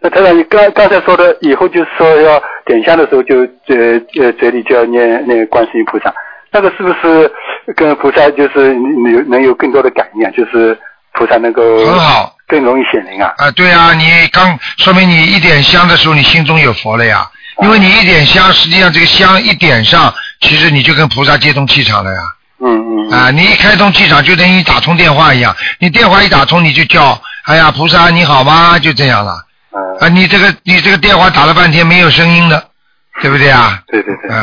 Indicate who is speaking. Speaker 1: 那台长，你刚刚才说的，以后就是说要点香的时候就呃呃嘴里就要念那个观世音菩萨，那个是不是跟菩萨就是你能有更多的感应啊？就是菩萨能够
Speaker 2: 很好
Speaker 1: 更容易显灵啊？
Speaker 2: 啊，对啊，你刚说明你一点香的时候，你心中有佛了呀。因为你一点香，实际上这个香一点上，其实你就跟菩萨接通气场了呀。
Speaker 1: 嗯嗯
Speaker 2: 啊，你一开通气场，就等于打通电话一样。你电话一打通，你就叫，哎呀，菩萨你好吗？就这样了。
Speaker 1: 嗯，
Speaker 2: 啊，你这个你这个电话打了半天没有声音的，对不对啊？
Speaker 1: 对对对，
Speaker 2: 嗯，